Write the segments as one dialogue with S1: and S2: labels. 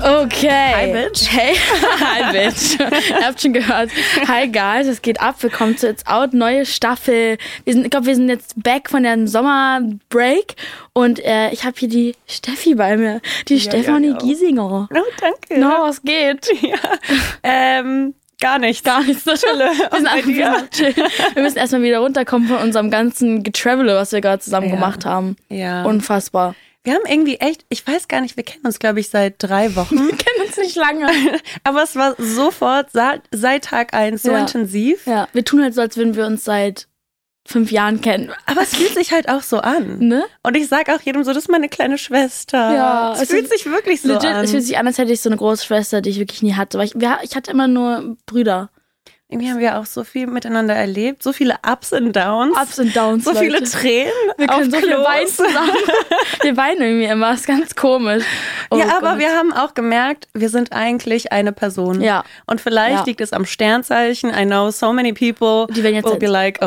S1: Okay.
S2: Hi, Bitch.
S1: Hey. Hi, Bitch. Ihr habt schon gehört. Hi, Guys. Es geht ab. Willkommen zu It's Out. Neue Staffel. Wir sind, ich glaube, wir sind jetzt back von dem Sommerbreak. Und äh, ich habe hier die Steffi bei mir. Die Stefanie
S2: ja.
S1: Giesinger.
S2: Oh, danke.
S1: No, was geht?
S2: Ja. Ähm, gar nichts.
S1: Gar nichts. Das
S2: Chille. Und
S1: Wir, sind
S2: bei
S1: einfach- wir,
S2: dir?
S1: sind chill. wir müssen erstmal wieder runterkommen von unserem ganzen Getravel, was wir gerade zusammen
S2: Ja.
S1: gemacht haben.
S2: Ja. Und
S1: Unfassbar.
S2: wir haben irgendwie echt, ich weiß gar nicht, wir kennen uns, glaube ich, seit drei Wochen.
S1: Wir kennen uns nicht lange.
S2: Aber es war sofort, sa- seit Tag eins so
S1: Ja.
S2: intensiv.
S1: Ja, wir tun halt so, als würden wir uns seit fünf Jahren kennen.
S2: Aber es fühlt sich halt auch so an.
S1: Ne?
S2: Und ich sag auch jedem so, das ist meine kleine Schwester.
S1: Ja,
S2: es,
S1: es
S2: fühlt
S1: ist-
S2: sich wirklich so ähm,
S1: Legit,
S2: an.
S1: es fühlt sich an, als hätte ich so eine große Schwester, die ich wirklich nie hatte. Weil ich, wir, ich hatte immer nur Brüder.
S2: irgendwie haben wir auch so viel miteinander erlebt, so viele Ups und Downs,
S1: Ups und Downs.
S2: so viele
S1: Leute.
S2: Tränen.
S1: Wir
S2: auf
S1: können so viel
S2: Klos.
S1: weinen zusammen. wir weinen irgendwie immer. Ist ganz komisch. Oh
S2: ja, aber
S1: Gott.
S2: wir haben auch gemerkt, wir sind eigentlich eine Person.
S1: Ja.
S2: Und vielleicht
S1: Ja.
S2: liegt es am Sternzeichen. I know so many people
S1: Die werden jetzt
S2: will
S1: als-
S2: be like, oh.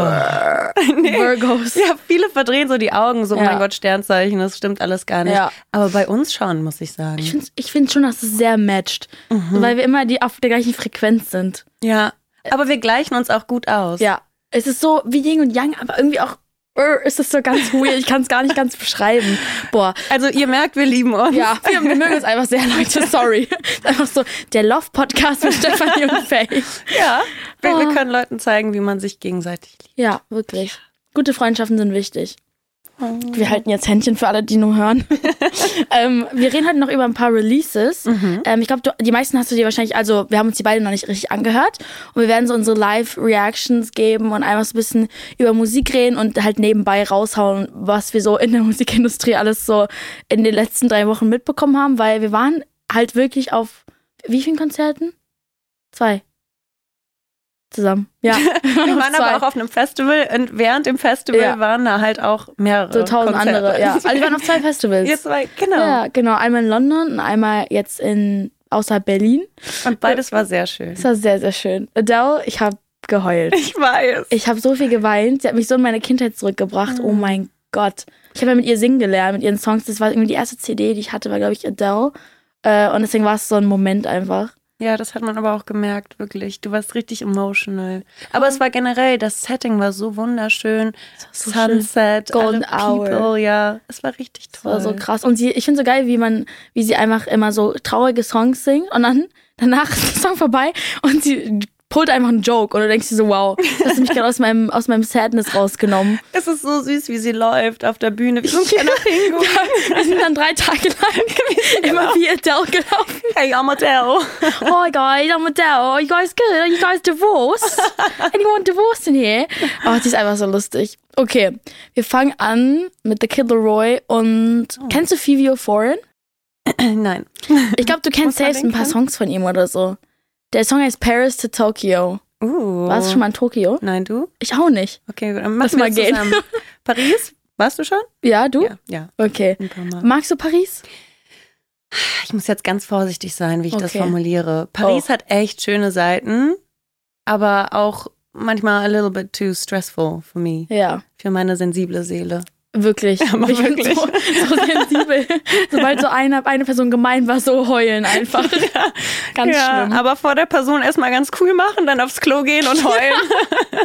S1: Virgos.
S2: Ja, viele verdrehen so die Augen, so, oh
S1: Ja.
S2: mein Gott, Sternzeichen, das stimmt alles gar nicht.
S1: Ja.
S2: Aber bei uns schauen, muss ich sagen.
S1: Ich finde ich find's schon, dass es sehr matcht.
S2: Mhm.
S1: Weil wir immer die auf der gleichen Frequenz sind.
S2: ja. Aber wir gleichen uns auch gut aus.
S1: Ja. Es ist so wie Yin und Yang, aber irgendwie auch äh, ist es so ganz weird. Ich kann es gar nicht ganz beschreiben. Boah,
S2: Also ihr merkt, wir lieben uns.
S1: Ja, wir, wir mögen uns einfach sehr, Leute. Sorry. Ist Einfach so der Love-Podcast mit Stefanie und Faye.
S2: ja. Wir,
S1: Oh.
S2: wir können Leuten zeigen, wie man sich gegenseitig liebt.
S1: Ja, wirklich. Gute Freundschaften sind wichtig. Wir halten jetzt Händchen für alle, die nur hören. ähm, wir reden heute noch über ein paar Releases. Ähm, ich glaube, die meisten hast du dir wahrscheinlich, also wir haben uns die beide noch nicht richtig angehört. Und wir werden so unsere Live-Reactions geben und einfach so ein bisschen über Musik reden und halt nebenbei raushauen, was wir so in der Musikindustrie alles so in den letzten drei Wochen mitbekommen haben, weil wir waren halt wirklich auf wie vielen Konzerten? Zwei. Zusammen. Ja.
S2: Wir waren
S1: Zwei.
S2: aber auch auf einem Festival und während dem Festival
S1: Ja.
S2: waren da halt auch mehrere.
S1: so tausend
S2: Konzerte.
S1: andere, ja. Also wir waren auf zwei Festivals.
S2: Jetzt war, genau.
S1: Ja, genau. Einmal in London und einmal jetzt in außerhalb Berlin.
S2: Und beides war sehr schön.
S1: Das war sehr, sehr schön. Adele, ich habe geheult.
S2: Ich weiß.
S1: Ich habe so viel geweint. Sie hat mich so in meine Kindheit zurückgebracht.
S2: Ah.
S1: Oh mein Gott. Ich habe ja mit ihr singen gelernt, mit ihren Songs. Das war irgendwie die erste CD, die ich hatte, war, glaube ich, Adele. Äh, Und deswegen war es so ein Moment einfach.
S2: Ja, das hat man aber auch gemerkt, wirklich. Du warst richtig emotional. Aber es war generell, das Setting war so wunderschön.
S1: so
S2: Sunset,
S1: schön. Golden
S2: alle People,
S1: Hour.
S2: ja. Es war richtig
S1: Das
S2: toll.
S1: war so krass. Und sie, ich finde so geil, wie man, wie sie einfach immer so traurige Songs singt und dann danach ist der Song vorbei und sie pullt einfach einen Joke und du denkst dir so, wow, das hast du mich gerade aus meinem, aus meinem Sadness rausgenommen.
S2: Es ist so süß, wie sie läuft auf der Bühne, wie so ein kleiner Pingu.
S1: Wir sind dann drei Tage lang immer wie Adele gelaufen.
S2: Hey, I'm Adele.
S1: Oh guys, I'm Adele. Are you guys good? Are you guys divorced? Anyone divorced in here? Oh, die ist einfach so lustig. Okay, wir fangen an mit The Kid Leroy und kennst du Fivio Foreign?
S2: Nein.
S1: Ich glaube, du kennst
S2: Muss man
S1: selbst ein
S2: denken.
S1: paar Songs von ihm oder so. Der Song heißt Paris to Tokyo.
S2: Uh.
S1: Warst du schon mal in Tokio?
S2: Nein, du?
S1: Ich auch nicht.
S2: Okay, gut, dann machen
S1: mal
S2: wir das
S1: gehen.
S2: zusammen. Paris? Warst du schon?
S1: Ja, du?
S2: Ja, ja.
S1: Okay.
S2: Ein paar Mal.
S1: Magst du Paris?
S2: Ich muss jetzt ganz vorsichtig sein, wie ich das
S1: Okay.
S2: formuliere. Paris hat echt schöne Seiten, aber auch manchmal a little bit too stressful for me,
S1: Ja.
S2: für meine sensible Seele.
S1: Wirklich.
S2: aber
S1: ich bin
S2: wirklich.
S1: so, so sensibel. Sobald so eine, eine Person gemein war, so heulen einfach. Ganz schlimm.
S2: aber vor der Person erstmal ganz cool machen, dann aufs Klo gehen und heulen.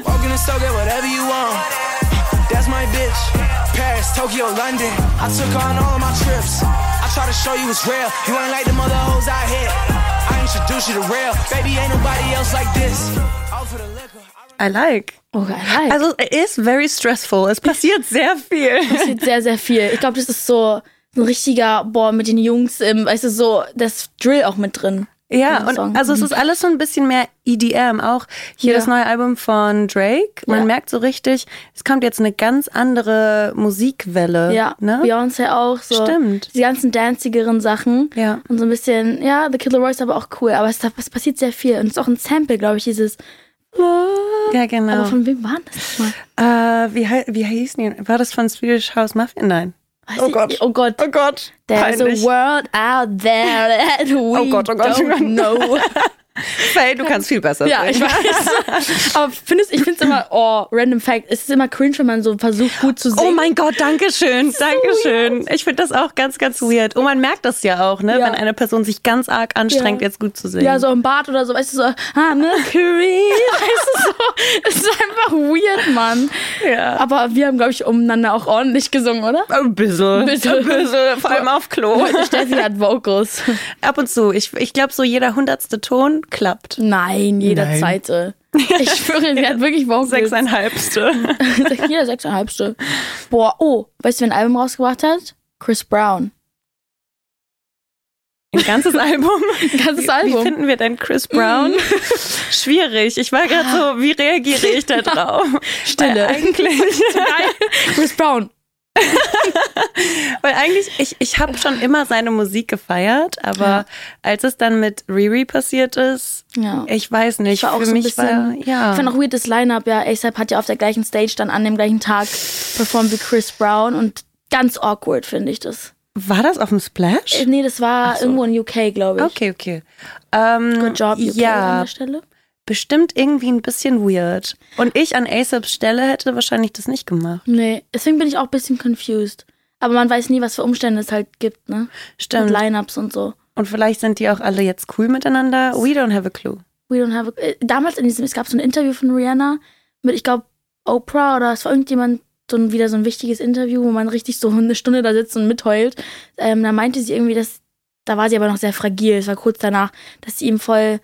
S3: Walking in Stoke, get whatever you want. That's my bitch. Paris, Tokyo, London. I took her on all of my trips. I try to show you it's real. You ain't like the mother hoes out here. I introduce you to real. Baby, ain't nobody else like this. All for the liquor.
S2: I like.
S1: Oh, geil. Also,
S2: Also it is very stressful. Es passiert sehr viel.
S1: passiert sehr, sehr viel. Ich glaube, das ist so ein richtiger, boah, mit den Jungs im, weißt du, so, das Drill auch mit drin.
S2: Ja,
S1: Kann ich
S2: und
S1: sagen.
S2: also es ist alles so ein bisschen mehr EDM. Auch hier
S1: Ja.
S2: das neue Album von Drake. Man
S1: Ja.
S2: merkt so richtig, es kommt jetzt eine ganz andere Musikwelle.
S1: Ja,
S2: ne?
S1: Beyoncé auch. So
S2: Stimmt.
S1: Die ganzen danzigeren Sachen.
S2: Ja.
S1: Und so ein bisschen, ja, The Kid Leroy ist aber auch cool. Aber es, es passiert sehr viel. Und es ist auch ein Sample, glaube ich, dieses.
S2: Ja,
S1: Aber
S2: genau.
S1: von wem war das nochmal?
S2: Äh, wie, hei- wie hießen die? War das von Swedish House Mafia? Nein.
S1: Weiß
S2: Oh
S1: ich-
S2: Gott.
S1: Oh Gott.
S2: Oh Gott.
S1: There's
S2: Peinlich.
S1: a world out there that we
S2: Oh Gott, oh Gott, oh
S1: don't
S2: Gott.
S1: know.
S2: Faye, du kannst viel besser
S1: Ja, ich
S2: singen.
S1: weiß. Aber findest, ich finde es immer, oh, random fact, es ist immer cringe, wenn man so versucht, gut zu singen.
S2: Oh mein Gott, danke schön, danke schön. Ich finde das auch ganz, ganz weird. Und man merkt das ja auch, ne?
S1: Ja.
S2: wenn eine Person sich ganz arg anstrengt,
S1: Ja.
S2: jetzt gut zu singen.
S1: Ja, so im Bad oder so, weißt du, so, I'm a Korean. weißt du, so, es ist einfach weird, Mann.
S2: Ja.
S1: Aber wir haben, glaube ich, umeinander auch ordentlich gesungen, oder?
S2: Ein bisschen. Ein
S1: bisschen.
S2: bisschen. Vor allem auf Klo.
S1: Steffi hat Vocals.
S2: Ab und zu. Ich, ich glaube, so jeder hundertste Ton klappt.
S1: Nein, jeder
S2: Nein.
S1: zweite. Ich schwöre, sie hat wirklich Vocals.
S2: Sechseinhalbste.
S1: Jeder sechseinhalbste. Boah, oh, weißt du, wer ein Album rausgebracht hat? Chris Brown.
S2: Ein ganzes Album.
S1: Ganzes
S2: Wie- Wie
S1: Album. Mhm.
S2: finden wir denn Chris Brown? Schwierig. Ich war gerade so, wie reagiere ich da drauf? Weil eigentlich,
S1: Chris Brown.
S2: weil eigentlich ich, ich habe schon immer seine Musik gefeiert, aber als es dann mit Riri passiert ist,
S1: Ja.
S2: ich weiß nicht.
S1: war auch
S2: Für
S1: so ein
S2: mich war,
S1: bisschen.
S2: ja.
S1: Ich fand auch weird das Line-Up, ja. ASAP hat ja auf der gleichen Stage dann an dem gleichen Tag performt wie Chris Brown und ganz awkward finde ich das.
S2: war das auf dem Splash?
S1: Äh, Nee, das war irgendwo in UK, glaube ich.
S2: Okay, okay. Ähm,
S1: Good job, UK an
S2: ja,
S1: der Stelle.
S2: bestimmt irgendwie ein bisschen weird. Und ich an ASAPs Stelle hätte wahrscheinlich das nicht gemacht.
S1: Nee, deswegen bin ich auch ein bisschen confused. Aber man weiß nie, was für Umstände es halt gibt, ne? Mit
S2: Stimmt.
S1: Line-Ups und so.
S2: Und vielleicht sind die auch alle jetzt cool miteinander. We don't have a clue.
S1: We don't have a, äh, damals in diesem, es gab so ein Interview von Rihanna mit, ich glaube, Oprah oder es war irgendjemand, so ein, wieder so ein wichtiges Interview, wo man richtig so eine Stunde da sitzt und mitheult. Ähm, da meinte sie irgendwie, dass, da war sie aber noch sehr fragil, es war kurz danach, dass sie ihm voll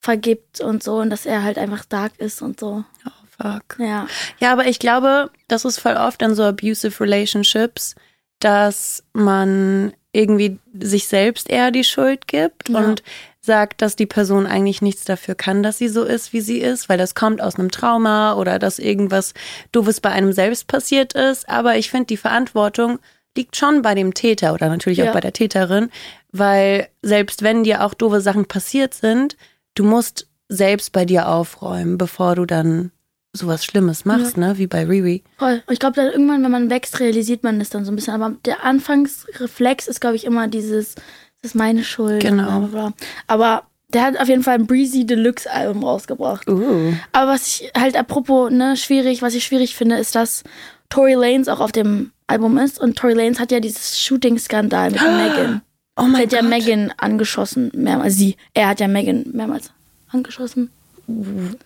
S1: vergibt und so und dass er halt einfach dark ist und so.
S2: Oh, fuck.
S1: Ja.
S2: Ja, aber ich glaube, das ist voll oft in so abusive relationships, dass man irgendwie sich selbst eher die Schuld gibt
S1: Ja.
S2: und sagt, dass die Person eigentlich nichts dafür kann, dass sie so ist, wie sie ist, weil das kommt aus einem Trauma oder dass irgendwas Doofes bei einem selbst passiert ist. Aber ich finde, die Verantwortung liegt schon bei dem Täter oder natürlich
S1: Ja.
S2: auch bei der Täterin, weil selbst wenn dir auch doofe Sachen passiert sind, du musst selbst bei dir aufräumen, bevor du dann sowas Schlimmes machst, ne? Wie bei Riri.
S1: Voll. Und ich glaube, dann irgendwann, wenn man wächst, realisiert man das dann so ein bisschen. Aber der Anfangsreflex ist, glaube ich, immer dieses, das ist meine Schuld.
S2: Genau.
S1: Bla, bla, bla. Aber der hat auf jeden Fall ein Breezy Deluxe Album rausgebracht.
S2: Uh.
S1: Aber was ich halt apropos, ne, schwierig, was ich schwierig finde, ist, dass Tory Lanez auch auf dem Album ist. Und Tory Lanez hat ja dieses Shooting-Skandal mit Megan.
S2: Oh
S1: Sie
S2: mein
S1: hat ja
S2: Gott.
S1: Megan angeschossen, mehrmals. Sie, er hat ja Megan mehrmals angeschossen.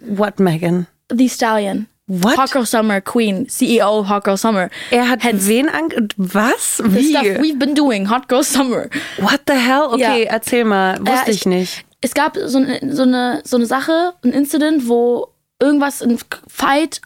S2: What, Megan?
S1: The Stallion.
S2: What?
S1: Hot Girl Summer, Queen, CEO Hot Girl Summer.
S2: Er hat
S1: Hence-
S2: wen an... Was?
S1: The
S2: Wie?
S1: stuff we've been doing, Hot Girl Summer.
S2: What the hell? Okay,
S1: Ja.
S2: erzähl mal. Wusste
S1: Äh,
S2: ich, nicht.
S1: Es gab so eine, so, eine, so eine Sache, ein Incident, wo irgendwas, ein Fight,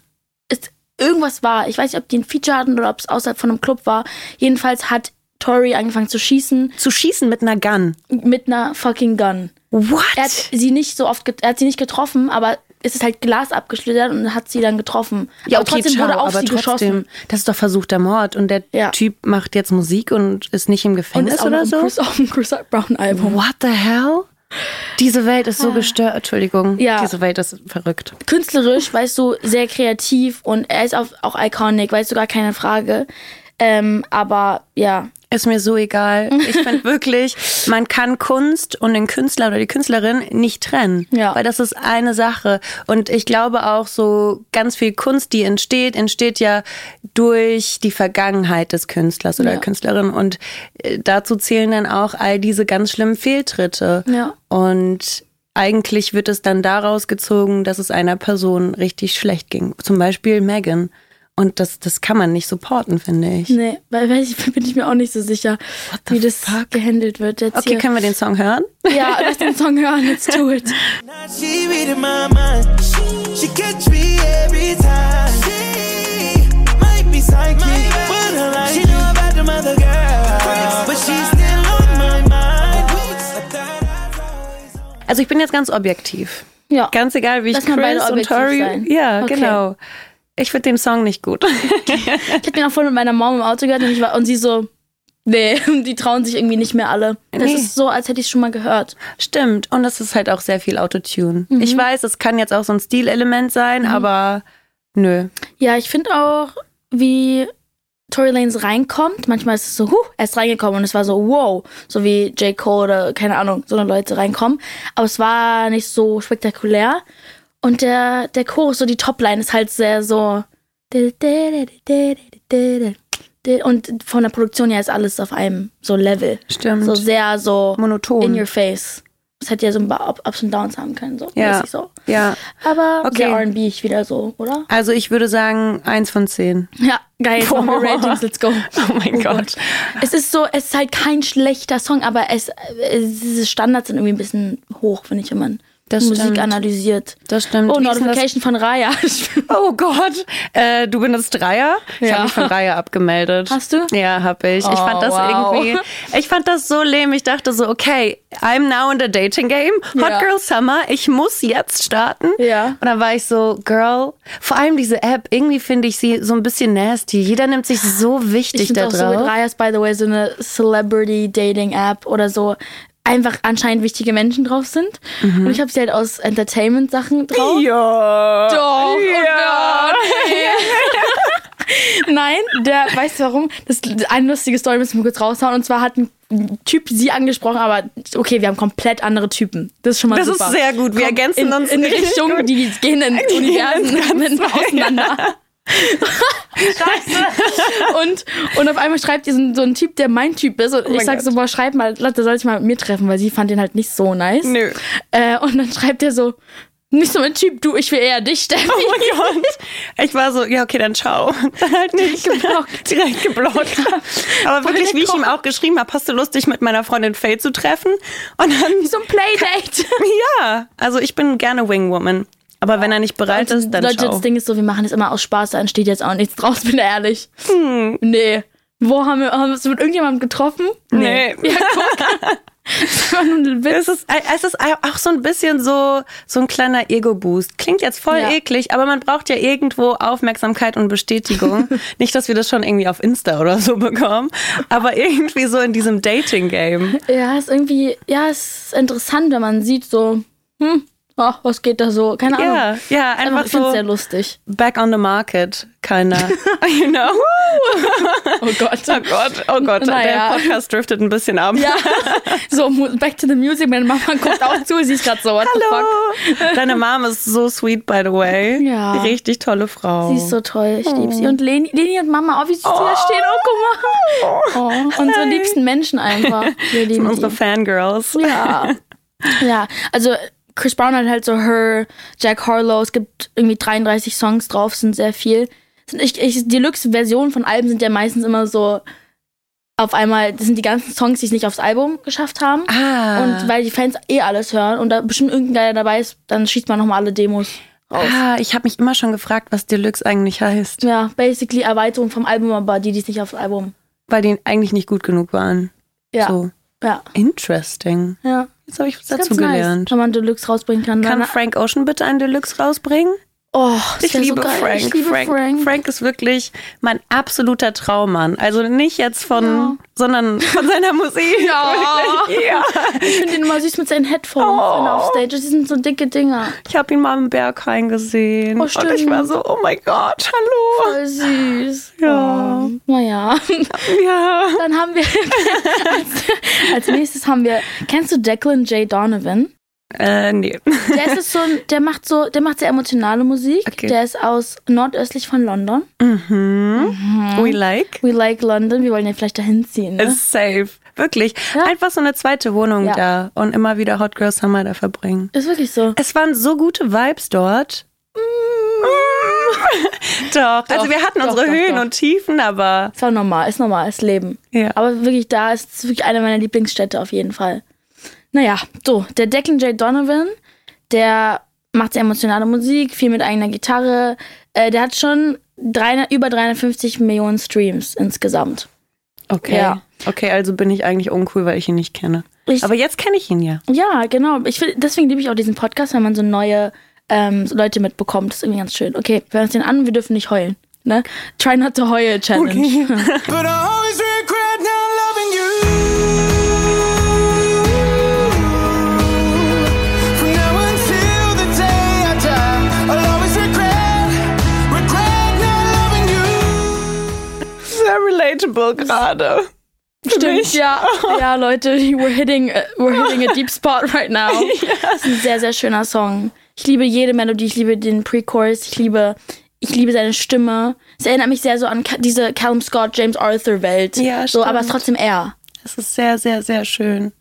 S1: ist, irgendwas war. Ich weiß nicht, ob die ein Feature hatten oder ob es außerhalb von einem Club war. Jedenfalls hat Tori angefangen zu schießen
S2: Zu schießen mit einer Gun.
S1: mit einer fucking Gun.
S2: What?
S1: Er hat sie nicht so oft, get- er hat sie nicht getroffen, aber es ist halt Glas abgeschlittert und hat sie dann getroffen.
S2: ja,
S1: aber
S2: okay,
S1: trotzdem
S2: ciao,
S1: wurde auf
S2: aber
S1: sie
S2: trotzdem,
S1: geschossen.
S2: das ist doch versuchter Mord und der
S1: Ja.
S2: Typ macht jetzt Musik und ist nicht im
S1: Und
S2: Gefängnis
S1: ist auch
S2: oder
S1: noch so?
S2: so?
S1: Chris, auf dem Chris Brown Album.
S2: What the hell? Diese Welt ist so gestört. Entschuldigung.
S1: Ah. Ja.
S2: Diese Welt ist verrückt.
S1: künstlerisch, weißt du, sehr kreativ und er ist auch, auch iconic, weißt du, gar keine Frage. Ähm, aber ja,
S2: Ist mir so egal. Ich finde wirklich, man kann Kunst und den Künstler oder die Künstlerin nicht trennen.
S1: Ja.
S2: Weil das ist eine Sache. Und ich glaube auch so ganz viel Kunst, die entsteht, entsteht ja durch die Vergangenheit des Künstlers oder
S1: Ja.
S2: der Künstlerin. Und äh, dazu zählen dann auch all diese ganz schlimmen Fehltritte.
S1: Ja.
S2: Und eigentlich wird es dann daraus gezogen, dass es einer Person richtig schlecht ging. Zum Beispiel Megan. Und das, das kann man nicht supporten, finde ich.
S1: nee, weil weil ich bin ich mir auch nicht so sicher, wie das gehandelt wird jetzt
S2: Okay,
S1: hier.
S2: können wir den Song hören?
S1: Ja, lass den Song hören, let's do it.
S3: Now she reading my mind. She catch me every time. She might be psychic, but I like She know about them other girls, but she's still on my mind. A third eye's always on.
S2: Also ich bin jetzt ganz objektiv.
S1: Ja.
S2: Ganz egal, wie ich
S1: Lass mal beide
S2: Chris und
S1: objektiv
S2: Tori.
S1: sein.
S2: Ja,
S1: Okay.
S2: genau. Ich finde den Song nicht gut.
S1: Ich hab den auch vorhin mit meiner Mom im Auto gehört und, ich war, und sie so, nee, die trauen sich irgendwie nicht mehr alle. Das
S2: Nee.
S1: ist so, als hätte ich schon mal gehört.
S2: Stimmt. Und es ist halt auch sehr viel Autotune.
S1: Mhm.
S2: Ich weiß, es kann jetzt auch so ein Stilelement sein, aber nö.
S1: Ja, ich finde auch, wie Tory Lanes reinkommt, manchmal ist es so, huh, er ist reingekommen und es war so, wow, so wie J. Cole oder keine Ahnung, so eine Leute reinkommen. Aber es war nicht so spektakulär. Und der, der Chorus, so die Topline ist halt sehr so. Und von der Produktion her ist alles auf einem so Level.
S2: Stimmt.
S1: So sehr so
S2: Monoton.
S1: in your face. Das hätte ja so ein paar Ups und Downs haben können, so
S2: Ja.
S1: mäßig so.
S2: Ja.
S1: Aber
S2: Okay.
S1: sehr RB ich wieder so, oder?
S2: Also ich würde sagen, eins von zehn.
S1: Ja, geil.
S2: Boah.
S1: Machen wir Ratings, let's go.
S2: Oh mein Gott.
S1: Es ist so, es ist halt kein schlechter Song, aber es, es diese Standards sind irgendwie ein bisschen hoch, finde ich, wenn man
S2: Das
S1: Musik
S2: stimmt.
S1: analysiert.
S2: Das stimmt.
S1: Oh,
S2: Wie ist denn das-
S1: Notification von Raya.
S2: Oh Gott, äh, du benutzt Dreier? Ich
S1: Ja.
S2: habe mich von Dreier abgemeldet.
S1: Hast du?
S2: Ja, habe ich. ich
S1: Oh,
S2: fand das
S1: wow.
S2: irgendwie, ich fand das so lame. Ich dachte so, okay, I'm now in the dating game. Hot
S1: Ja.
S2: Girl Summer, ich muss jetzt starten.
S1: Ja.
S2: Und dann war ich so, Girl, vor allem diese App, irgendwie finde ich sie so ein bisschen nasty. Jeder nimmt sich so wichtig
S1: Ich
S2: da
S1: finde auch so mit
S2: drauf.
S1: Raya ist, by the way, so eine Celebrity-Dating-App oder so. Einfach anscheinend wichtige Menschen drauf sind.
S2: Mhm.
S1: Und ich habe sie halt aus Entertainment-Sachen drauf.
S2: ja.
S1: Doch, oh Gott, nee. Nein, der, weißt du warum? Das ist eine lustige Story, müssen wir kurz raushauen. Und zwar hat ein Typ sie angesprochen, aber okay, wir haben komplett andere Typen. Das ist schon mal
S2: Das ist
S1: super.
S2: sehr gut, wir ergänzen
S1: in,
S2: uns
S1: In
S2: richtig
S1: Richtung,
S2: gut.
S1: die gehen in
S2: Die gehen
S1: Universen
S2: ganz
S1: miteinander
S2: weit,
S1: auseinander. und, und auf einmal schreibt ihr so ein, so ein Typ, der mein Typ ist. Und ich
S2: Oh mein
S1: sag so, boah, schreib mal, Lotte, soll ich mal mit mir treffen, weil sie fand den halt nicht so nice.
S2: Nö.
S1: Äh, und dann schreibt er so, nicht so mein Typ, du, ich will eher dich, Steffi.
S2: Oh mein Gott. Ich war so, ja, okay, dann ciao. Dann halt nicht.
S1: Geblockt.
S2: Direkt geblockt. Aber wirklich,
S1: der
S2: wie ich ihm
S1: Koch.
S2: auch geschrieben habe, hast du Lust, dich mit meiner Freundin Faye zu treffen? Und dann,
S1: so ein Playdate.
S2: ja. Also ich bin gerne Wingwoman. Aber wenn er nicht bereit ist, dann
S1: Leute,
S2: ciao.
S1: das Ding ist so, wir machen das immer aus Spaß, da entsteht jetzt auch nichts draus, bin ich ehrlich.
S2: Hm.
S1: Nee. Wo haben wir, haben wir es mit irgendjemandem getroffen?
S2: Nee.
S1: Ja, guck. das war nur ein Witz.
S2: Es ist, äh, es ist auch so ein bisschen so, so ein kleiner Ego-Boost. Klingt jetzt voll
S1: Ja.
S2: eklig, aber man braucht ja irgendwo Aufmerksamkeit und Bestätigung. Nicht, dass wir das schon irgendwie auf Insta oder so bekommen, aber irgendwie so in diesem Dating-Game.
S1: Ja, ist irgendwie, ja, ist interessant, wenn man sieht, so, hm, ach, was geht da so? Keine Ahnung.
S2: Ja, ja,
S1: Einfach,
S2: einfach
S1: ich find's
S2: so
S1: sehr lustig.
S2: back on the market, keiner. you know?
S1: Oh Gott.
S2: Oh Gott, oh Gott,
S1: Naja.
S2: der Podcast driftet ein bisschen ab.
S1: Ja. So, mu- back to the music. Meine Mama guckt auch zu, sie ist gerade so, what
S2: Hallo.
S1: the
S2: Deine Mom ist so sweet, by the way.
S1: Ja.
S2: Richtig tolle Frau.
S1: fuck. Sie ist so toll, ich liebe sie. Und Leni, Leni und Mama, oh, wie sie da stehen. Oh, guck mal. Oh, unsere liebsten Menschen einfach. Wir lieben
S2: Oh. Unsere
S1: die.
S2: Fangirls.
S1: Ja. Ja, also Chris Brown hat halt so Her, Jack Harlow, es gibt irgendwie 33 Songs drauf, sind sehr viel. Sind ich, ich, Deluxe-Versionen von Alben sind ja meistens immer so auf einmal, das sind die ganzen Songs, die es nicht aufs Album geschafft haben.
S2: Ah.
S1: Und weil die Fans eh alles hören und da bestimmt irgendein Geiler dabei ist, dann schießt man nochmal alle Demos raus.
S2: Ah, ich habe mich immer schon gefragt, was Deluxe eigentlich heißt,
S1: Ja, basically Erweiterung vom Album, aber die, die es nicht aufs Album.
S2: weil die eigentlich nicht gut genug waren.
S1: Ja.
S2: So.
S1: Ja.
S2: Interesting.
S1: Ja.
S2: Jetzt habe ich was
S1: Ist
S2: dazu
S1: ganz nice,
S2: gelernt.
S1: Wenn man Deluxe rausbringen kann.
S2: Kann
S1: dann-
S2: Frank Ocean bitte ein Deluxe rausbringen?
S1: oh, das
S2: Ich
S1: wär
S2: liebe,
S1: so geil.
S2: Frank.
S1: Ich liebe
S2: Frank. Frank. ist wirklich mein absoluter Traummann. Also nicht jetzt von, sondern von seiner Musik.
S1: Ja.
S2: Wirklich. ja.
S1: Ich finde ihn immer süß mit seinen Headphones,
S2: Oh.
S1: wenn er auf Stage ist. Die sind so dicke Dinger.
S2: Ich habe ihn mal im Berg gesehen.
S1: Oh,
S2: und ich war
S1: stimmt.
S2: so, oh mein Gott, hallo.
S1: Voll süß.
S2: Oh. Ja.
S1: Oh, naja.
S2: Ja.
S1: Dann haben wir als, als nächstes haben wir. Kennst du Declan J. Donovan?
S2: Äh, nee.
S1: Der ist so ein, der macht so, der macht sehr emotionale Musik.
S2: Okay.
S1: Der ist aus nordöstlich von London.
S2: We like.
S1: We like London. Wir wollen ja vielleicht dahin ziehen. Ne?
S2: It's safe. Wirklich. Einfach so eine zweite Wohnung
S1: Ja.
S2: da und immer wieder Hot Girl Summer da verbringen.
S1: Ist wirklich so.
S2: Es waren so gute Vibes dort. doch. Mhm. Also wir hatten
S1: doch,
S2: unsere
S1: doch,
S2: Höhen
S1: doch.
S2: und Tiefen, aber
S1: Ist auch normal, ist normal, ist Leben.
S2: Ja.
S1: Aber wirklich da ist es wirklich eine meiner Lieblingsstädte auf jeden Fall. Naja, so, der Declan J. Donovan, der macht sehr emotionale Musik, viel mit eigener Gitarre. Äh, der hat schon 300, über 350 Millionen Streams insgesamt.
S2: Okay.
S1: Ja.
S2: Okay, also bin ich eigentlich uncool, weil ich ihn nicht kenne.
S1: Ich-
S2: Aber jetzt kenne ich ihn ja.
S1: Ja, genau. Ich find, deswegen liebe ich auch diesen Podcast, wenn man so neue ähm, so Leute mitbekommt. Das ist irgendwie ganz schön. Okay, wir hören uns den an und wir dürfen nicht heulen. Ne? Try not to heul Challenge.
S3: But I always regret not loving you. From now until the day I die, I'll always regret, regret not loving you.
S2: Sehr so gerade.
S1: Stimmt, ja. Ja, Leute, we're hitting, äh, we're hitting a deep spot right now. Das ist ein sehr, sehr schöner Song. Ich liebe jede Melodie, ich liebe den Pre-Chorus, ich liebe, ich liebe seine Stimme. Es erinnert mich sehr so an Ca- diese Callum Scott, James Arthur Welt.
S2: Ja,
S1: So,
S2: stimmt.
S1: aber es ist trotzdem er.
S2: Das ist sehr, sehr, sehr schön.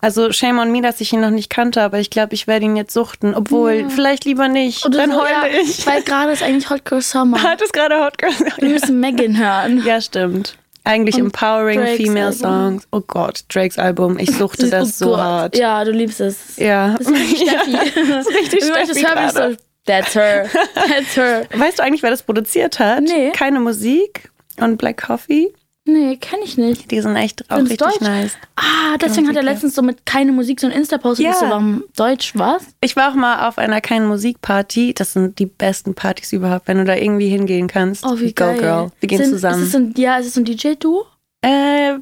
S2: Also shame on me, dass ich ihn noch nicht kannte, aber ich glaube, ich werde ihn jetzt suchten. Obwohl, vielleicht lieber nicht.
S1: Oder
S2: Dann
S1: so,
S2: heule
S1: ja,
S2: ich.
S1: Weil gerade ist eigentlich Hot Girl Summer.
S2: Hat es gerade Hot Girl?
S1: Wir
S2: Ja,
S1: müssen Megan hören.
S2: ja stimmt. Eigentlich empowering
S1: Drake's
S2: female
S1: Album.
S2: Songs. Oh Gott, Drakes Album. Ich suchte das
S1: Oh
S2: so
S1: Gott.
S2: hart.
S1: Ja, du liebst es.
S2: Ja.
S1: Das ist richtig Steffi.
S2: das ist richtig
S1: Wenn man das
S2: Steffi
S1: hört, bin ich
S2: gerade.
S1: so, That's her. That's her.
S2: Weißt du eigentlich, wer das produziert hat?
S1: Nee.
S2: Keine Musik und Black Coffee.
S1: Nee, kenne ich nicht.
S2: Die sind echt auch
S1: Sind's
S2: richtig
S1: deutsch?
S2: nice.
S1: Ah, deswegen hat er letztens so mit keine Musik so einen Insta-Post und
S2: Ja.
S1: ich so, warum um Deutsch, was?
S2: Ich war auch mal auf einer kleinen Musikparty. Das sind die besten Partys überhaupt, wenn du da irgendwie hingehen kannst.
S1: Oh, wie
S2: Go
S1: geil.
S2: Girl. Wir gehen
S1: Sind-
S2: zusammen.
S1: Ist es ein, ja, ist es ein DJ-Duo?
S2: äh,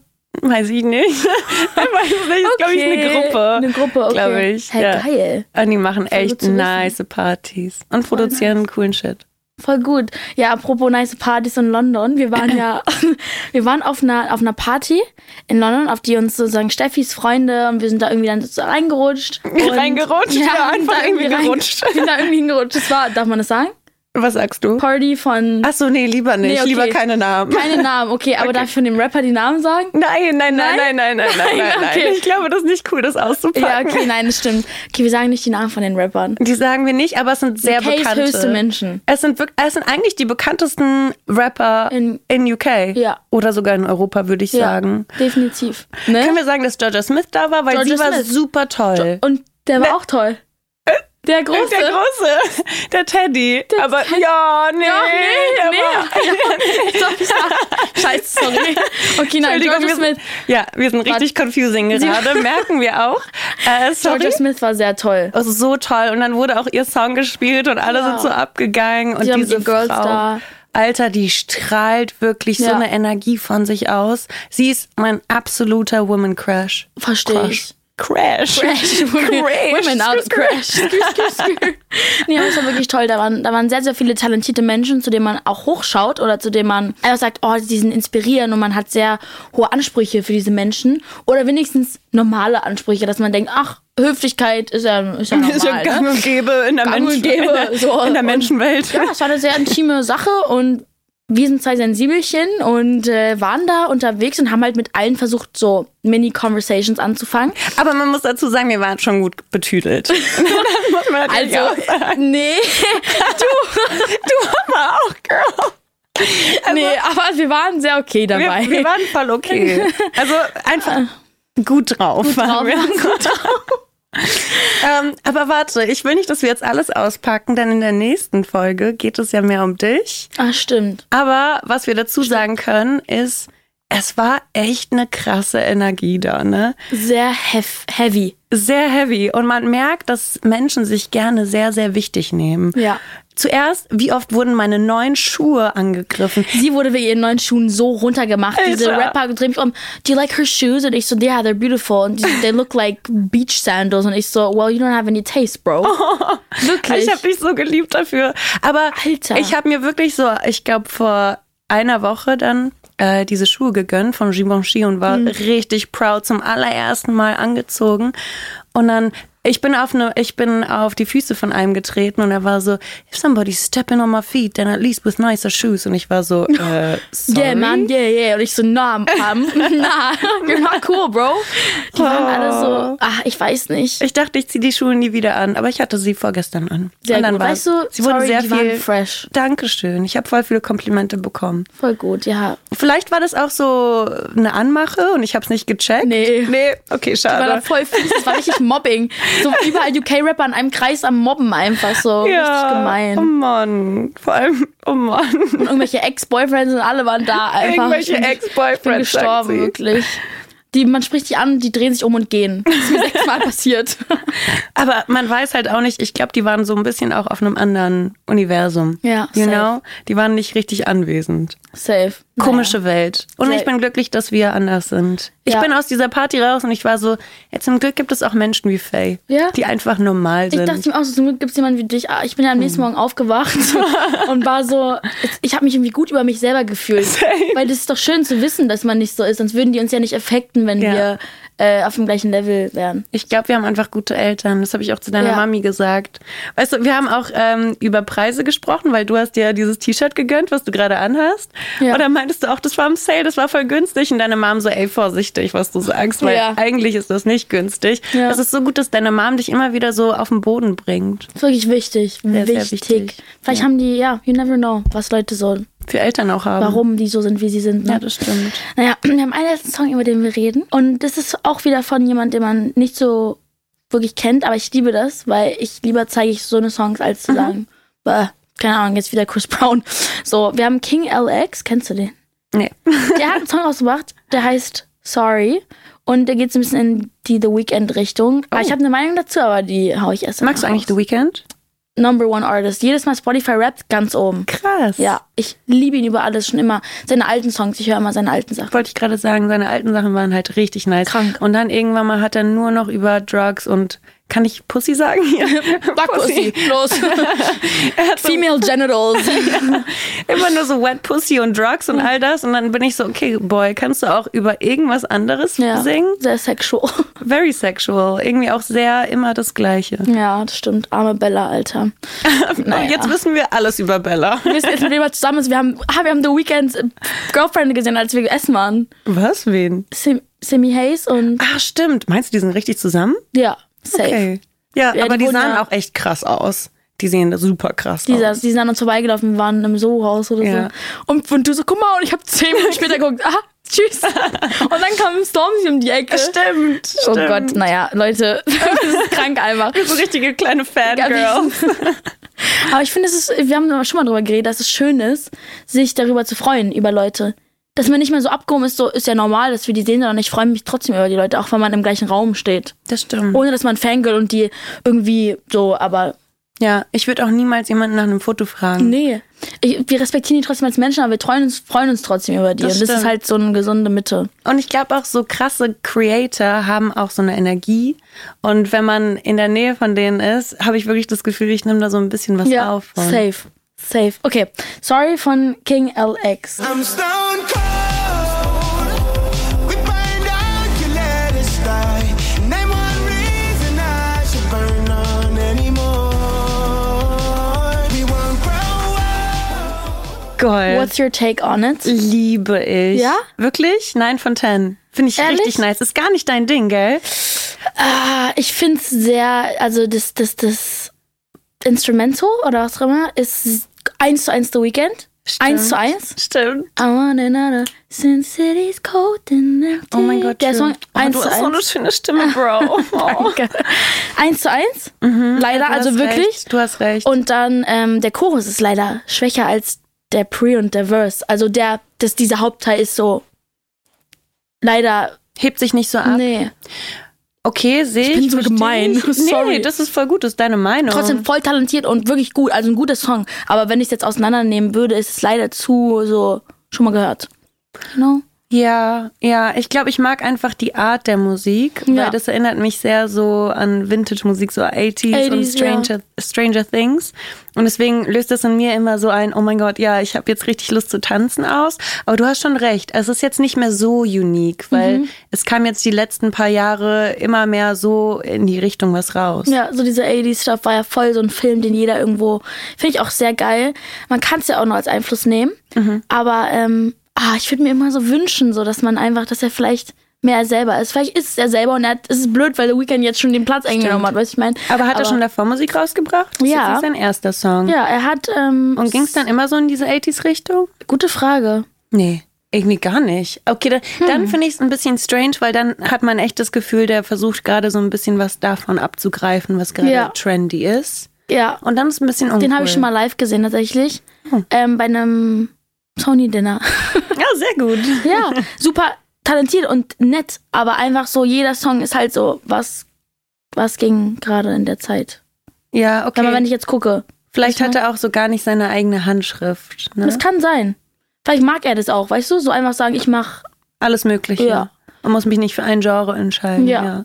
S2: weiß ich nicht. ich weiß nicht. Ist, glaube ich, eine
S1: Okay.
S2: Gruppe.
S1: Eine Gruppe, okay.
S2: Glaube ich.
S1: Hey,
S2: ja.
S1: geil.
S2: Und die machen
S1: gut
S2: echt
S1: zu wissen.
S2: nice Partys und produzieren coolen Shit.
S1: Voll gut. Ja, apropos nice Partys in London. Wir waren ja, wir waren auf einer, auf einer Party in London, auf die uns sozusagen Steffis Freunde und wir sind da irgendwie dann so reingerutscht. Und,
S2: Reingerutscht? Ja,
S1: sind
S2: einfach
S1: da
S2: irgendwie
S1: rein-
S2: gerutscht.
S1: Sind da irgendwie hingerutscht. Das war, darf man das sagen?
S2: Was sagst du?
S1: Party von,
S2: Achso, nee, lieber nicht.
S1: Nee, okay.
S2: Lieber keine Namen.
S1: keine Namen, okay, aber darf ich von dem Rapper die Namen sagen?
S2: Nein, nein, nein,
S1: Nein?
S2: nein, nein, nein, nein, nein, nein.
S1: okay.
S2: Ich glaube, das ist nicht cool, das auszupacken.
S1: Ja, okay, nein, das stimmt. Okay, wir sagen nicht die Namen von den Rappern.
S2: Die sagen wir nicht, aber es sind sehr
S1: UKs
S2: bekannte.
S1: höchste Menschen.
S2: Es sind, wirk- es sind eigentlich die bekanntesten Rapper
S1: In-
S2: in, UK.
S1: Ja.
S2: Oder sogar in Europa, würde ich sagen.
S1: Ja, definitiv. Ne?
S2: Können wir sagen, dass Georgia Smith da war, weil
S1: Georgia
S2: sie war
S1: Smith.
S2: super toll.
S1: Und der war auch toll. Der große.
S2: Ne. Der große, der Teddy. aber ja, nee,
S1: Ja,
S2: der
S1: nee, nee. Ja, ich glaub, ich sag- Scheiße, sorry. Okay, nein,
S2: Entschuldigung,
S1: Georgia
S2: wir
S1: Smith.
S2: sind, ja, wir sind richtig confusing gerade, merken wir auch. Äh, sorry.
S1: Georgia Smith war sehr toll.
S2: Es ist so toll. Und dann wurde auch ihr Song gespielt und alle
S1: Ja.
S2: sind so abgegangen. Und
S1: Die haben
S2: diese
S1: die Girls
S2: Frau,
S1: da.
S2: Alter, die strahlt wirklich
S1: Ja.
S2: so eine Energie von sich aus. Sie ist mein absoluter Woman Crush.
S1: Verstehe ich.
S2: Crash.
S1: Crash. Women, Women out crash. Skür, skür, skür. nee, aber es war wirklich toll. Da waren, da waren sehr, sehr viele talentierte Menschen, zu denen man auch hochschaut oder zu denen man einfach sagt, oh, die sind inspirierend und man hat sehr hohe Ansprüche für diese Menschen. Oder wenigstens normale Ansprüche, dass man denkt, ach, Höflichkeit ist ja, ist ja normal.
S2: Ist ja gang
S1: ne?
S2: und gäbe in der,
S1: Gang und
S2: Menschen,
S1: gäbe,
S2: in der,
S1: so.
S2: in der
S1: Und-
S2: Menschenwelt.
S1: Ja, es war eine sehr intime Sache und wir sind zwei Sensibelchen und äh, waren da unterwegs und haben halt mit allen versucht, so Mini-Conversations anzufangen.
S2: Aber man muss dazu sagen, wir waren schon gut betüdelt. das muss man natürlich
S1: Also,
S2: auch sagen.
S1: nee,
S2: Du aber auch, Girl.
S1: nee, aber wir waren sehr okay dabei. Ah.
S2: Wir, wir waren voll okay. Also einfach gut drauf. Gut
S1: drauf,
S2: wir.
S1: waren
S2: gut drauf. ähm, aber warte, ich will nicht, dass wir jetzt alles auspacken, denn in der nächsten Folge geht es ja mehr um dich.
S1: ah, stimmt.
S2: Aber was wir dazu sagen können, ist, es war echt eine krasse Energie da, ne?
S1: Sehr hef heavy.
S2: Sehr heavy. Und man merkt, dass Menschen sich gerne sehr, sehr wichtig nehmen.
S1: Ja.
S2: Zuerst, wie oft wurden meine neuen Schuhe angegriffen?
S1: Sie wurde wegen ihren neuen Schuhen so runtergemacht. Diese
S2: Alter.
S1: Rapper drehen mich um. Do you like her shoes? Und ich so, yeah, they're beautiful. Und die, so, they look like beach sandals. Und ich so, well, you don't have any taste, bro. Also Wirklich.
S2: Ich habe dich so geliebt dafür. Aber
S1: Alter.
S2: ich habe mir wirklich so, ich glaube, vor einer Woche dann äh, diese Schuhe gegönnt von Givenchy und
S1: Hm.
S2: war richtig proud zum allerersten Mal angezogen. Und dann. Ich bin, auf ne, ich bin auf die Füße von einem getreten und er war so, if somebody's stepping on my feet, then at least with nicer shoes. Und ich war so, äh, sorry.
S1: Yeah, man, yeah, yeah. Und ich so, nah, Pam, nah, you're not cool, bro. Die waren alle so, ach, ich weiß nicht.
S2: Ich dachte, ich ziehe die Schuhe nie wieder an, aber ich hatte sie vorgestern an.
S1: Sehr
S2: und dann
S1: gut.
S2: war-
S1: Weißt du,
S2: sie wurden
S1: sorry,
S2: sehr
S1: die
S2: viel
S1: waren fresh.
S2: Dankeschön. Ich habe voll viele Komplimente bekommen.
S1: Voll gut, ja.
S2: Vielleicht war das auch so eine Anmache und ich habe es nicht gecheckt.
S1: Nee.
S2: Nee, okay,
S1: Die waren
S2: schade.
S1: voll fies, das war richtig Mobbing. So überall UK-Rapper in einem Kreis am Mobben einfach so. Richtig gemein.
S2: Oh Mann. Vor allem, oh Mann.
S1: Und irgendwelche Ex-Boyfriends und alle waren da einfach.
S2: Irgendwelche
S1: Ich bin-
S2: Ex-Boyfriends,
S1: Ich bin
S2: sagt
S1: gestorben,
S2: sie.
S1: wirklich. Die, man spricht die an, die drehen sich um und gehen. Das ist mir sechsmal passiert.
S2: Aber man weiß halt auch nicht, ich glaube, die waren so ein bisschen auch auf einem anderen Universum.
S1: Ja,
S2: You
S1: safe.
S2: know? Die waren nicht richtig anwesend.
S1: Safe.
S2: Komische Welt. Und
S1: Sehr-
S2: ich bin glücklich, dass wir anders sind. Ich
S1: Ja.
S2: bin aus dieser Party raus und ich war so, ja, zum Glück gibt es auch Menschen wie Faye,
S1: Ja.
S2: die einfach normal
S1: Ich
S2: sind.
S1: dachte ihm auch so, zum Glück gibt es jemanden wie dich. Ah, Ich bin ja am
S2: Mhm.
S1: nächsten Morgen aufgewacht und war so, jetzt- ich habe mich irgendwie gut über mich selber gefühlt. Weil das ist doch schön zu wissen, dass man nicht so ist, sonst würden die uns ja nicht affekten, wenn
S2: Ja.
S1: wir äh, auf dem gleichen Level wären.
S2: Ich glaube, wir haben einfach gute Eltern. Das habe ich auch zu deiner
S1: Ja.
S2: Mami gesagt. Weißt du, wir haben auch ähm, über Preise gesprochen, weil du hast dir ja dieses T-Shirt gegönnt, was du gerade anhast.
S1: Ja.
S2: Und dann meintest du auch, das war im Sale, das war voll günstig. Und deine Mom so, ey, vorsichtig, was du sagst, weil
S1: Ja.
S2: eigentlich ist das nicht günstig.
S1: Ja.
S2: Das ist so gut, dass deine Mom dich immer wieder so auf den Boden bringt.
S1: Das ist wirklich wichtig.
S2: Sehr, sehr
S1: wichtig.
S2: wichtig.
S1: Vielleicht
S2: Ja.
S1: haben die, ja, you never know, was Leute so,
S2: Für Eltern auch haben.
S1: warum die so sind, wie sie sind. Ne?
S2: Ja, das stimmt.
S1: Naja, wir haben einen letzten Song, über den wir reden. Und das ist auch wieder von jemand, den man nicht so wirklich kennt, aber ich liebe das, weil ich lieber zeige ich so eine Songs, als zu sagen, "Bäh, keine Ahnung, jetzt wieder Chris Brown. So, wir haben King LX, kennst du den?
S2: Nee.
S1: Der hat einen Song rausgebracht, der heißt Sorry. Und da geht es ein bisschen in die The Weekend-Richtung. Aber ich habe eine Meinung dazu, aber die hau ich erst
S2: Oh. Magst du
S1: danach
S2: eigentlich The
S1: raus.
S2: Weeknd?
S1: Number One Artist. Jedes Mal Spotify rappt ganz oben.
S2: Krass.
S1: Ja, ich liebe ihn über alles schon immer. Seine alten Songs, ich höre immer seine alten Sachen.
S2: wollte ich gerade sagen, seine alten Sachen waren halt richtig nice.
S1: Krank.
S2: Und dann irgendwann mal hat er nur noch über Drugs und kann ich Pussy sagen hier?
S1: Backpussy, los. Female Genitals.
S2: Immer nur so Wet Pussy und Drugs und all das. Und dann bin ich so, okay, Boy, kannst du auch über irgendwas anderes
S1: ja,
S2: singen?
S1: sehr sexual.
S2: Very sexual. Irgendwie auch sehr immer das Gleiche.
S1: Ja, das stimmt. Arme Bella, Alter.
S2: Und jetzt wissen wir alles über Bella.
S1: wir sind jetzt mit jemand zusammen. ist. Wir haben, ah, wir haben The Weeknd äh, Girlfriend gesehen, als wir essen waren.
S2: Was, wen?
S1: Sim, Simi Hayes und
S2: Ah, stimmt. Meinst du, die sind richtig zusammen?
S1: ja, safe.
S2: Okay. Ja,
S1: Ja,
S2: aber
S1: die
S2: die,
S1: wurden
S2: sahen
S1: ja-
S2: auch echt krass aus. Die sehen super krass
S1: Die,
S2: aus.
S1: saß- die sind an uns vorbeigelaufen, wir waren im Soho-Haus oder
S2: Ja.
S1: so. Und, und du so, guck mal, und ich habe zehn Minuten später geguckt, ah, tschüss. Und dann kam Stormzy um die Ecke.
S2: Stimmt, stimmt.
S1: Oh Gott, naja, Leute, das ist krank einfach.
S2: So richtige kleine Fangirl.
S1: Girls. Aber ich finde, es ist, wir haben schon mal drüber geredet, dass es schön ist, sich darüber zu freuen, über Leute. Dass man nicht mehr so abgehoben ist, so ist ja normal, dass wir die sehen, sondern ich freue mich trotzdem über die Leute, auch wenn man im gleichen Raum steht.
S2: Das stimmt.
S1: Ohne dass man Fangirl und die irgendwie so, aber
S2: Ja, ich würde auch niemals jemanden nach einem Foto fragen.
S1: nee. Ich, wir respektieren die trotzdem als Menschen, aber wir treuen uns, freuen uns trotzdem über die.
S2: Das
S1: und das ist
S2: stimmt.
S1: halt so eine gesunde Mitte.
S2: Und ich glaube auch, so krasse Creator haben auch so eine Energie. Und wenn man in der Nähe von denen ist, habe ich wirklich das Gefühl, ich nehme da so ein bisschen was auf. Von.
S1: safe. Safe. Okay. Sorry von King LX.
S3: I'm stone cold. We burned out, you let it slide. Name one reason I should burn on anymore. We won't grow up.
S2: Gold.
S1: What's your take on it?
S2: Liebe ich.
S1: Ja?
S2: Wirklich? Nein von 10. Finde ich
S1: Ehrlich?
S2: richtig nice. Ist gar nicht dein Ding, gell?
S1: Ah, ich finde es sehr, also das, das, das Instrumental oder was auch immer ist eins zu eins The Weekend. Eins zu eins.
S2: Stimmt.
S1: I want another since city's cold and empty.
S2: Oh mein Gott.
S1: Der
S2: schön.
S1: Song
S2: oh,
S1: eins
S2: du
S1: zu
S2: hast so eine
S1: eins.
S2: schöne Stimme, Bro. Oh.
S1: Danke. Eins zu eins. Leider,
S2: Du
S1: also
S2: hast
S1: wirklich.
S2: Recht. Du hast recht.
S1: Und dann ähm, der Chorus ist leider schwächer als der Pre und der Verse. Also der, das, dieser Hauptteil ist so leider,
S2: Hebt sich nicht so ab.
S1: nee.
S2: Okay, sehe ich.
S1: bin so
S2: verstehe
S1: gemein.
S2: Ich. Nee,
S1: Sorry.
S2: das ist voll gut, das ist deine Meinung.
S1: trotzdem voll talentiert und wirklich gut, also ein guter Song. Aber wenn ich es jetzt auseinandernehmen würde, ist es leider zu so schon mal gehört. Genau.
S2: Ja, ja, ich glaube, ich mag einfach die Art der Musik,
S1: Ja.
S2: weil das erinnert mich sehr so an Vintage-Musik, so 80s,
S1: 80s,
S2: und Stranger, Stranger Things. Und deswegen löst das in mir immer so ein, oh mein Gott, ja, ich habe jetzt richtig Lust zu tanzen aus. Aber du hast schon recht, es ist jetzt nicht mehr so unique, weil
S1: Mhm.
S2: es kam jetzt die letzten paar Jahre immer mehr so in die Richtung was raus.
S1: Ja, so dieser 80s Stuff war ja voll so ein Film, den jeder irgendwo, finde ich auch sehr geil. Man kann es ja auch noch als Einfluss nehmen, aber ähm, ah, ich würde mir immer so wünschen, so dass man einfach, dass er vielleicht mehr er selber ist. Vielleicht ist es er selber und er hat, es ist blöd, weil The Weeknd jetzt schon den Platz eingenommen hat, weißt du, ich meine.
S2: Aber hat er schon davor Musik rausgebracht? Das
S1: Ja.
S2: Ist jetzt sein erster Song.
S1: Ja, er hat ähm,
S2: Und ging es dann immer so in diese 80s-Richtung?
S1: gute Frage.
S2: Nee, irgendwie gar nicht. Okay, dann,
S1: Hm.
S2: dann finde ich es ein bisschen strange, weil dann hat man echt das Gefühl, der versucht gerade so ein bisschen was davon abzugreifen, was gerade
S1: Ja.
S2: trendy ist.
S1: Ja,
S2: Und dann ist es ein bisschen uncool.
S1: Den habe ich schon mal live gesehen tatsächlich. Ähm, bei einem Sony-Dinner.
S2: Ja, sehr gut.
S1: ja, super talentiert und nett, aber einfach so, jeder Song ist halt so, was, was ging gerade in der Zeit.
S2: Ja, okay.
S1: Wenn man, wenn ich jetzt gucke.
S2: Vielleicht hat er auch so gar nicht seine eigene Handschrift. Ne?
S1: Das kann sein. Vielleicht mag er das auch, weißt du? So einfach sagen, ich mach.
S2: Alles Mögliche.
S1: Ja.
S2: Und Man muss mich nicht für ein Genre entscheiden.
S1: Ja.
S2: Ja.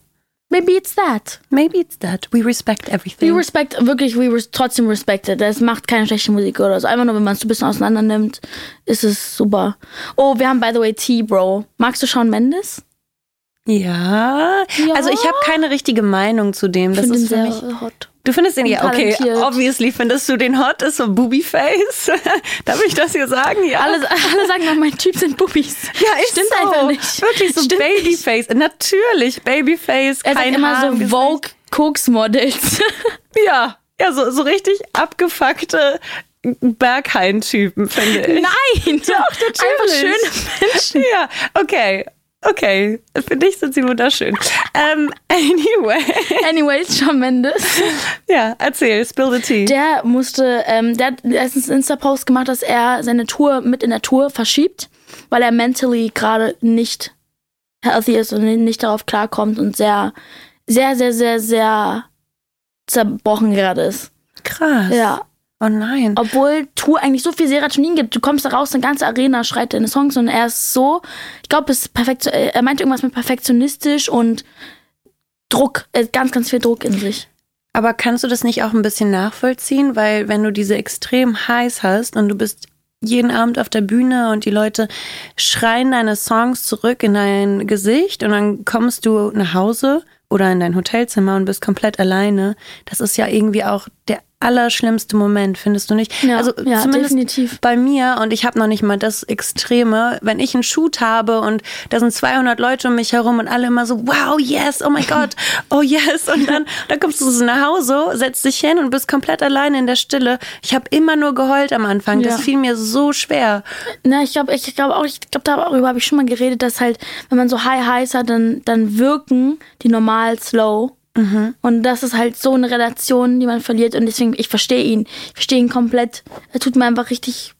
S1: Maybe it's that.
S2: Maybe it's that. We respect everything.
S1: We respect, wirklich, we res trotzdem respected. Es macht keine schlechte Musik oder so. Einfach nur, wenn man es so ein bisschen auseinander nimmt, ist es super. Oh, wir haben, by the way, T, Bro. Magst du Shawn Mendes?
S2: ja.
S1: Ja.
S2: Also ich habe keine richtige Meinung zu dem.
S1: Ich
S2: Das
S1: finde ihn
S2: ist für
S1: sehr
S2: mich.
S1: hot.
S2: Du findest ihn ja okay.
S1: talentiert.
S2: Obviously findest du den hot, ist so Booby-Face. Darf ich das hier sagen? Ja.
S1: Alle, alle sagen noch, mein Typ sind Bubis.
S2: ja, ist
S1: Stimmt
S2: so.
S1: einfach nicht.
S2: Wirklich so
S1: Stimmt
S2: Babyface. Natürlich, Babyface.
S1: Er sagt
S2: kein
S1: immer
S2: Haar im
S1: so
S2: Gesicht.
S1: Vogue-Koks-Models.
S2: Ja, ja, so, so richtig abgefuckte Berghain-Typen, finde ich.
S1: Nein!
S2: Doch,
S1: Einfach
S2: natürlich.
S1: schöne Menschen.
S2: Ja, okay. Okay, für dich sind sie wunderschön. ähm, anyway.
S1: Anyways, Shawn Mendes.
S2: Ja, erzähl, spill the tea.
S1: Der musste, ähm, der hat letztens einen Insta-Post gemacht, dass er seine Tour mit in der Tour verschiebt, weil er mentally gerade nicht healthy ist und nicht darauf klarkommt und sehr, sehr, sehr, sehr, sehr zerbrochen gerade ist.
S2: Krass.
S1: Ja.
S2: Oh nein.
S1: Obwohl Tour eigentlich so viel Serotonin gibt. Du kommst da raus, eine ganze Arena schreit deine Songs und er ist so, ich glaube, es ist perfekt, er meinte irgendwas mit perfektionistisch und Druck, äh, ganz, ganz viel Druck in sich.
S2: Aber kannst du das nicht auch ein bisschen nachvollziehen? Weil wenn du diese extrem Highs hast und du bist jeden Abend auf der Bühne und die Leute schreien deine Songs zurück in dein Gesicht und dann kommst du nach Hause oder in dein Hotelzimmer und bist komplett alleine. Das ist ja irgendwie auch der allerschlimmste Moment, findest du nicht?
S1: Ja,
S2: also
S1: ja,
S2: zumindest
S1: definitiv.
S2: bei mir und ich habe noch nicht mal das Extreme, wenn ich einen Shoot habe und da sind 200 Leute um mich herum und alle immer so, wow, yes, oh mein Gott, oh yes. Und dann, dann kommst du so nach Hause, setzt dich hin und bist komplett alleine in der Stille. Ich habe immer nur geheult am Anfang.
S1: Ja.
S2: Das fiel mir so schwer.
S1: Na, Ne, ich glaube, ich glaube auch, ich glaube, darüber habe ich schon mal geredet, dass halt, wenn man so High Highs hat, dann, dann wirken die normal slow. Und das ist halt so eine Relation, die man verliert. Und deswegen, ich verstehe ihn. Ich verstehe ihn komplett. Er tut mir einfach richtig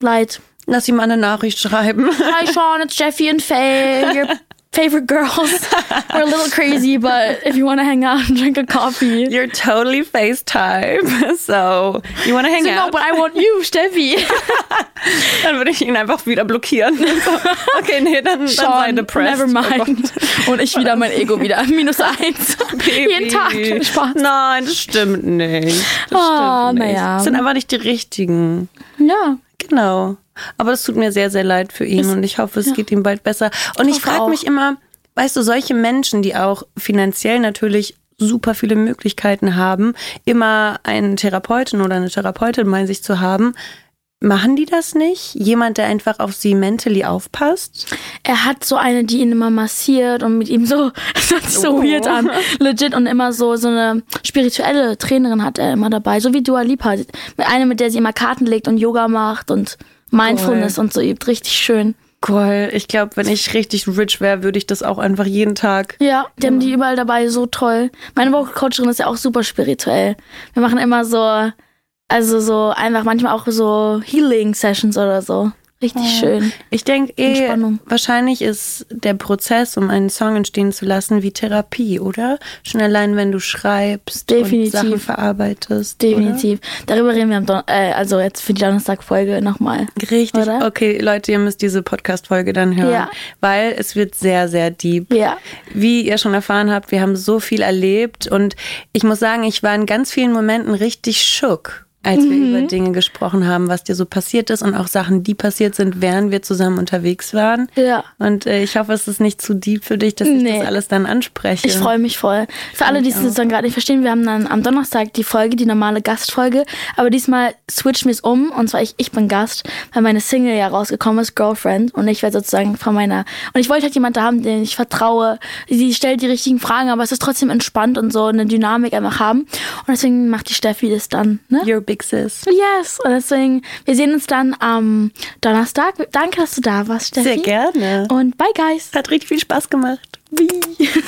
S1: leid.
S2: Lass ihm mal eine Nachricht schreiben.
S1: Hi Sean, it's Jeffy and Faye. Your favorite girls. We're a little crazy, but if you want to hang out and drink a coffee.
S2: You're totally face type. So, you wanna hang
S1: So, no,
S2: out?
S1: but I want you, Steffi.
S2: Dann würde ich ihn einfach wieder blockieren. Okay, nee, dann, dann sei
S1: Sean,
S2: depressed. Oh
S1: never mind. Und ich wieder mein Ego wieder. Minus eins.
S2: Baby.
S1: Jeden Tag. Spaß.
S2: Nein, das stimmt nicht. Das
S1: Ah,
S2: stimmt
S1: na
S2: nicht.
S1: ja.
S2: Das sind einfach nicht die richtigen.
S1: Ja.
S2: Genau. Aber es tut mir sehr, sehr leid für ihn und ich hoffe, es geht ihm bald besser. Und ich
S1: hoffe
S2: frage
S1: auch.
S2: mich immer, weißt du, solche Menschen, die auch finanziell natürlich super viele Möglichkeiten haben, immer einen Therapeuten oder eine Therapeutin bei sich zu haben, machen die das nicht? Jemand, der einfach auf sie mentally aufpasst?
S1: Er hat so eine, die ihn immer massiert und mit ihm so, es hört sich so
S2: Oh.
S1: weird an, legit und immer so, so eine spirituelle Trainerin hat er immer dabei, so wie Dua Lipa. Mit einer, mit der sie immer Karten legt und Yoga macht und Mindfulness und so übt. Richtig schön.
S2: Goll, ich glaube, wenn ich richtig rich wäre, würde ich das auch einfach jeden Tag
S1: Ja, die haben die überall dabei, so toll. Meine Vocal Coacherin ist ja auch super spirituell. Wir machen immer so, also so einfach manchmal auch so Healing Sessions oder so. Richtig schön.
S2: Ich denke eh,
S1: Entspannung.
S2: wahrscheinlich ist der Prozess, um einen Song entstehen zu lassen, wie Therapie, oder? Schon allein, wenn du schreibst
S1: Definitiv.
S2: und Sachen verarbeitest.
S1: Definitiv. Darüber reden wir am Don äh, also jetzt für die Donnerstag-Folge nochmal.
S2: Oder? Richtig.
S1: Oder?
S2: Okay, Leute, ihr müsst diese Podcast-Folge dann hören,
S1: Ja.
S2: weil es wird sehr, sehr deep.
S1: Ja.
S2: Wie ihr schon erfahren habt, wir haben so viel erlebt und ich muss sagen, ich war in ganz vielen Momenten richtig schock, als
S1: Mhm.
S2: wir über Dinge gesprochen haben, was dir so passiert ist und auch Sachen, die passiert sind, während wir zusammen unterwegs waren.
S1: Ja.
S2: Und äh, ich hoffe, es ist nicht zu deep für dich, dass ich
S1: Nee.
S2: das alles dann anspreche.
S1: Ich freue mich voll. Für alle, die es jetzt dann gerade nicht verstehen, wir haben dann am Donnerstag die Folge, die normale Gastfolge. Aber diesmal switchen wir es um. Und zwar ich, ich bin Gast, weil meine Single ja rausgekommen ist, Girlfriend. Und ich werde sozusagen von meiner. Und ich wollte halt jemanden haben, den ich vertraue. Sie stellt die richtigen Fragen, aber es ist trotzdem entspannt und so eine Dynamik einfach haben. Und deswegen macht die Steffi das dann, ne?
S2: Your Big Sis.
S1: Yes. Und deswegen, wir sehen uns dann am Donnerstag. Danke, dass du da warst, Steffi.
S2: Sehr gerne.
S1: Und bye, guys.
S2: Hat richtig viel Spaß gemacht.
S1: Bye.